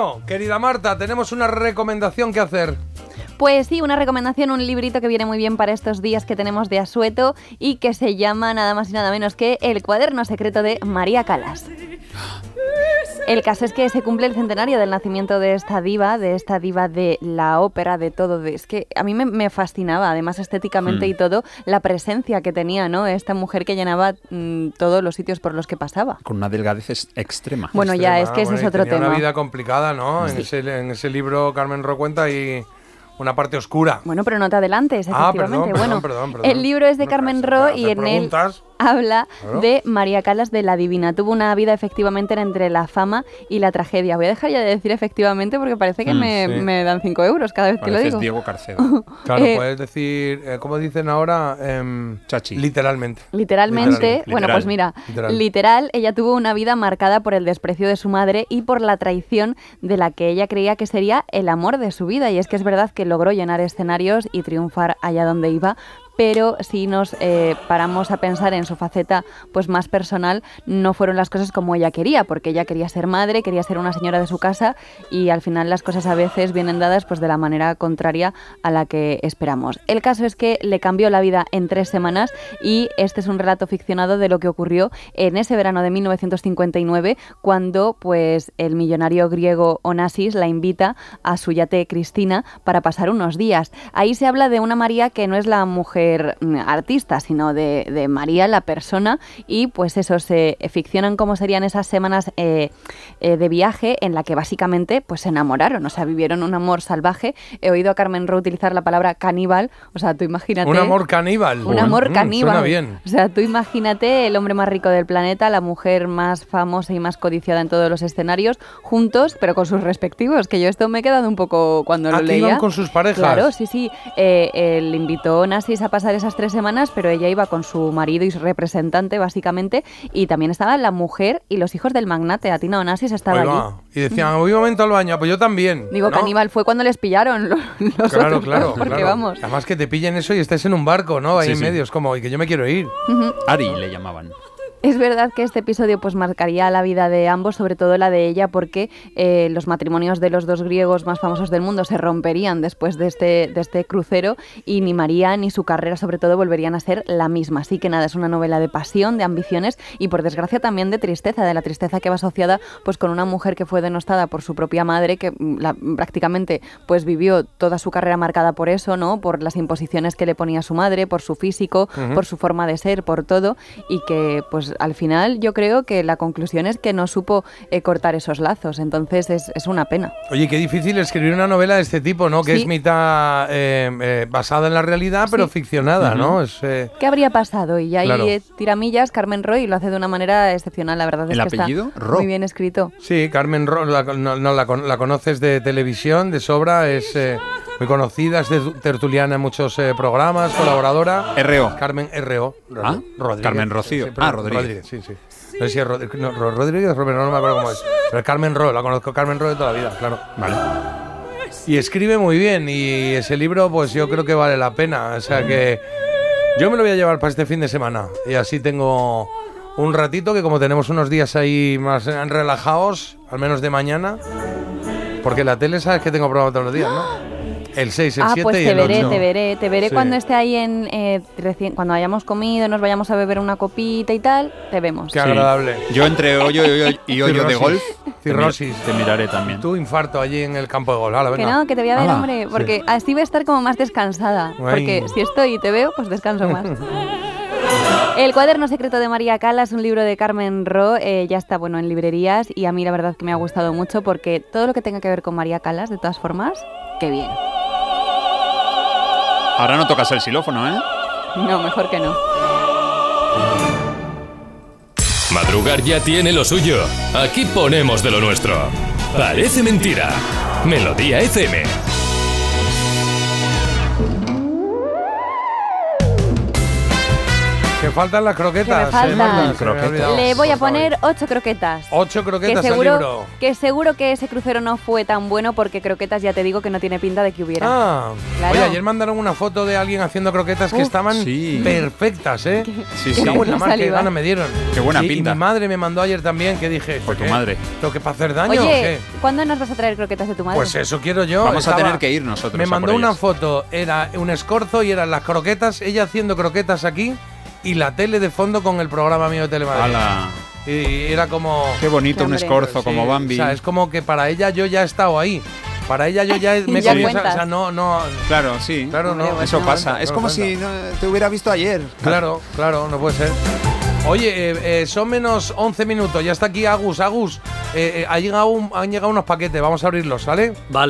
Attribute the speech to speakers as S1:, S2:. S1: Bueno, Querida Marta, tenemos una recomendación que hacer.
S2: Pues sí, una recomendación, un librito que viene muy bien para estos días que tenemos de asueto y que se llama nada más y nada menos que El cuaderno secreto de María Calas. El caso es que se cumple el centenario del nacimiento de esta diva, de esta diva de la ópera, de todo. de- es que a mí me, me fascinaba, además estéticamente
S3: Mm.
S2: y todo, la presencia que tenía, ¿no? Esta mujer que llenaba mm, todos los sitios por los que pasaba.
S3: Con una delgadez ex- extrema.
S2: Bueno, ya es que
S1: Este,
S2: ese
S1: bueno,
S2: es
S1: y
S2: otro
S1: tenía
S2: tema.
S1: Una vida complicada, ¿no? En, ese, en ese libro Carmen Rocuenta hay una parte oscura.
S2: Bueno, pero no te adelantes,
S1: Ah,
S2: efectivamente.
S1: perdón, perdón,
S2: bueno,
S1: perdón, perdón.
S2: el libro es de
S1: No,
S2: Carmen
S1: para- para
S2: Ro y
S1: hacer
S2: en él
S1: preguntas.
S2: habla
S1: Claro.
S2: de María Calas de la Divina. Tuvo una vida efectivamente entre la fama y la tragedia. Voy a dejar ya de decir efectivamente porque parece que
S3: Mm,
S2: me,
S1: sí.
S2: me dan 5 euros cada vez que lo
S3: Pareces
S2: digo.
S3: Diego Carcedo.
S1: Claro,
S2: Eh,
S1: puedes decir, eh, ¿cómo dicen ahora? Em,
S3: Chachi.
S1: Literalmente.
S2: Literalmente,
S1: Literal,
S2: bueno,
S3: literal,
S2: pues mira,
S1: literal.
S2: literal. ella tuvo una vida marcada por el desprecio de su madre y por la traición de la que ella creía que sería el amor de su vida. Y es que es verdad que logró llenar escenarios y triunfar allá donde iba. Pero si nos eh, paramos a pensar en su faceta pues más personal, no fueron las cosas como ella quería, porque ella quería ser madre, quería ser una señora de su casa y al final las cosas a veces vienen dadas pues de la manera contraria a la que esperamos. El caso es que le cambió la vida en tres semanas y este es un relato ficcionado de lo que ocurrió en ese verano de 1959 cuando pues el millonario griego Onassis la invita a su yate Cristina para pasar unos días. Ahí se habla de una María que no es la mujer mm, artista, sino de, de María la persona y pues eso se ficcionan cómo serían esas semanas eh, eh, de viaje en la que básicamente pues se enamoraron, o sea, vivieron un amor salvaje. He oído a Carmen Ro utilizar la palabra caníbal, o sea, tú imagínate...
S1: Un amor caníbal.
S2: Un amor
S1: Mm,
S2: caníbal.
S1: Suena bien.
S2: O sea, tú imagínate el hombre más rico del planeta, la mujer más famosa y más codiciada en todos los escenarios, juntos, pero con sus respectivos, que yo esto me he quedado un poco cuando
S1: Ah,
S2: lo
S1: que
S2: leía.
S1: iban con sus parejas.
S2: Claro, sí, sí. Eh, eh, le invitó Nasis a pasar esas tres semanas, pero ella iba con su marido y su representante, básicamente, y también estaba la mujer y los hijos del magnate. Atina Onassis estaba
S1: Oiga,
S2: allí.
S1: Y decían, voy un momento al baño, pues yo también.
S2: Digo,
S1: ¿no?
S2: caníbal fue cuando les pillaron los, los
S1: Claro,
S2: otros,
S1: claro,
S2: porque
S1: claro.
S2: vamos.
S1: Además que te pillen eso y estés en un barco, ¿no? Ahí
S3: Sí,
S1: en
S3: sí.
S1: medio, es como, y que yo me quiero ir.
S3: Ari le llamaban.
S2: Es verdad que este episodio pues marcaría la vida de ambos, sobre todo la de ella, porque eh, los matrimonios de los dos griegos más famosos del mundo se romperían después de este, de este crucero y ni María ni su carrera, sobre todo, volverían a ser la misma. Así que nada, es una novela de pasión, de ambiciones y por desgracia también de tristeza, de la tristeza que va asociada pues con una mujer que fue denostada por su propia madre, que mm, la- prácticamente pues vivió toda su carrera marcada por eso, ¿no? Por las imposiciones que le ponía su madre, por su físico, por su forma de ser, por todo, y que pues al final yo creo que la conclusión es que no supo eh, cortar esos lazos, entonces es, es una pena.
S1: Oye, qué difícil escribir una novela de este tipo, ¿no? Que
S2: Sí.
S1: es mitad eh, eh, basada en la realidad, pero
S2: Sí.
S1: ficcionada, ¿no? Es, eh,
S2: ¿Qué habría pasado? Y ahí
S1: Claro.
S2: eh, tiramillas, Carmen Roy lo hace de una manera excepcional, la verdad es
S3: ¿El
S2: que está
S3: apellido? Ro.
S2: muy bien escrito.
S1: sí, Carmen Ro, la, no, no, la, con- la conoces de televisión, de sobra, es eh, muy conocida, es de- tertuliana en muchos eh, programas, colaboradora.
S3: R.O.
S1: Carmen R.O. Ro-
S3: Ah,
S1: Rodríguez.
S3: Carmen Rocío.
S1: pero
S3: Ah, Rodríguez.
S1: sí, sí. No sé si es Rod- no, Ro- Rodríguez, Romero, no me acuerdo cómo es. Pero es Carmen Ro, la conozco Carmen Ro de toda la vida, claro.
S3: Vale.
S1: Y escribe muy bien y ese libro pues yo creo que vale la pena. O sea que yo me lo voy a llevar para este fin de semana y así tengo un ratito que como tenemos unos días ahí más eh, relajados, al menos de mañana, porque la tele sabes que tengo programa todos los días, ¿no? El 6, el
S2: Ah,
S1: 7
S2: pues
S1: y
S2: te
S1: el 8.
S2: veré, te veré, te veré
S1: Sí.
S2: cuando esté ahí en eh, recién, cuando hayamos comido, nos vayamos a beber una copita y tal, te vemos.
S1: Qué agradable.
S3: Yo entre hoyo y hoyo, y hoyo de
S1: Cirrosis.
S3: golf. te mir-
S1: Cirrosis.
S3: Te miraré también.
S1: Tú infarto allí en el campo de gol. Ahora,
S2: Que
S1: venga.
S2: no, que te voy a ver,
S3: Ala,
S2: hombre, porque así voy a estar como más descansada. Porque
S1: Ay.
S2: si estoy y te veo, pues descanso más. El cuaderno secreto de María Cala es un libro de Carmen Ro, eh, ya está bueno en librerías y a mí la verdad que me ha gustado mucho porque todo lo que tenga que ver con María Calas, de todas formas, qué bien.
S3: Ahora no tocas el xilófono, ¿eh?
S2: No, mejor que no.
S4: Madrugar ya tiene lo suyo. Aquí ponemos de lo nuestro. Parece mentira. Melodía FM.
S1: Qué me faltan las
S2: Que me
S1: croquetas.
S2: faltan.
S1: Marta, se me ha
S3: Croquetas.
S1: olvidado.
S2: Le voy a
S1: Por favor.
S2: poner ocho croquetas.
S1: Ocho croquetas
S2: que
S1: al
S2: seguro,
S1: libro.
S2: que seguro que ese crucero no fue tan bueno porque croquetas ya te digo que no tiene pinta de que hubiera.
S1: Ah,
S2: Claro.
S1: oye, ayer mandaron una foto de alguien haciendo croquetas que
S2: Uf.
S1: estaban
S3: Sí.
S1: perfectas, ¿eh?
S3: Sí,
S1: Me
S3: sí.
S1: cago en la mar, qué
S2: Saliva.
S1: gana me dieron.
S3: Qué buena
S1: Y- y
S3: pinta.
S1: mi madre me mandó ayer también que dije... ¿esto
S3: Por tu
S1: qué?
S3: madre.
S1: ¿Lo que para hacer daño o
S2: Oye,
S1: qué?
S2: ¿cuándo nos vas a traer croquetas de tu madre?
S1: Pues eso quiero yo.
S3: Vamos a tener que ir nosotros
S1: Me
S3: a por
S1: mandó una
S3: ellas.
S1: foto, era un escorzo y eran las croquetas, ella haciendo croquetas aquí y la tele de fondo con el programa mío de Telemadrid.
S3: Ala,
S1: Y era como...
S3: Qué bonito
S2: Qué
S3: un
S2: hombre.
S3: escorzo como
S1: Sí,
S3: Bambi.
S1: O sea, es como que para ella yo ya he estado ahí. Para ella yo ya he- me he
S2: Ya
S1: comido esa-
S2: cuentas.
S1: O sea, no, no.
S3: Claro, sí.
S1: Claro,
S2: Hombre,
S1: no.
S2: bueno.
S3: Eso
S2: no,
S3: pasa.
S1: no,
S3: es
S1: no
S3: como
S1: cuenta.
S3: si no- te hubiera visto ayer.
S1: Claro, claro, no puede ser. Oye, eh, eh, son menos 11 minutos. Ya está aquí Agus. Agus, eh, eh, ha llegado un- han llegado unos paquetes. Vamos a abrirlos, ¿sale?
S5: Vale.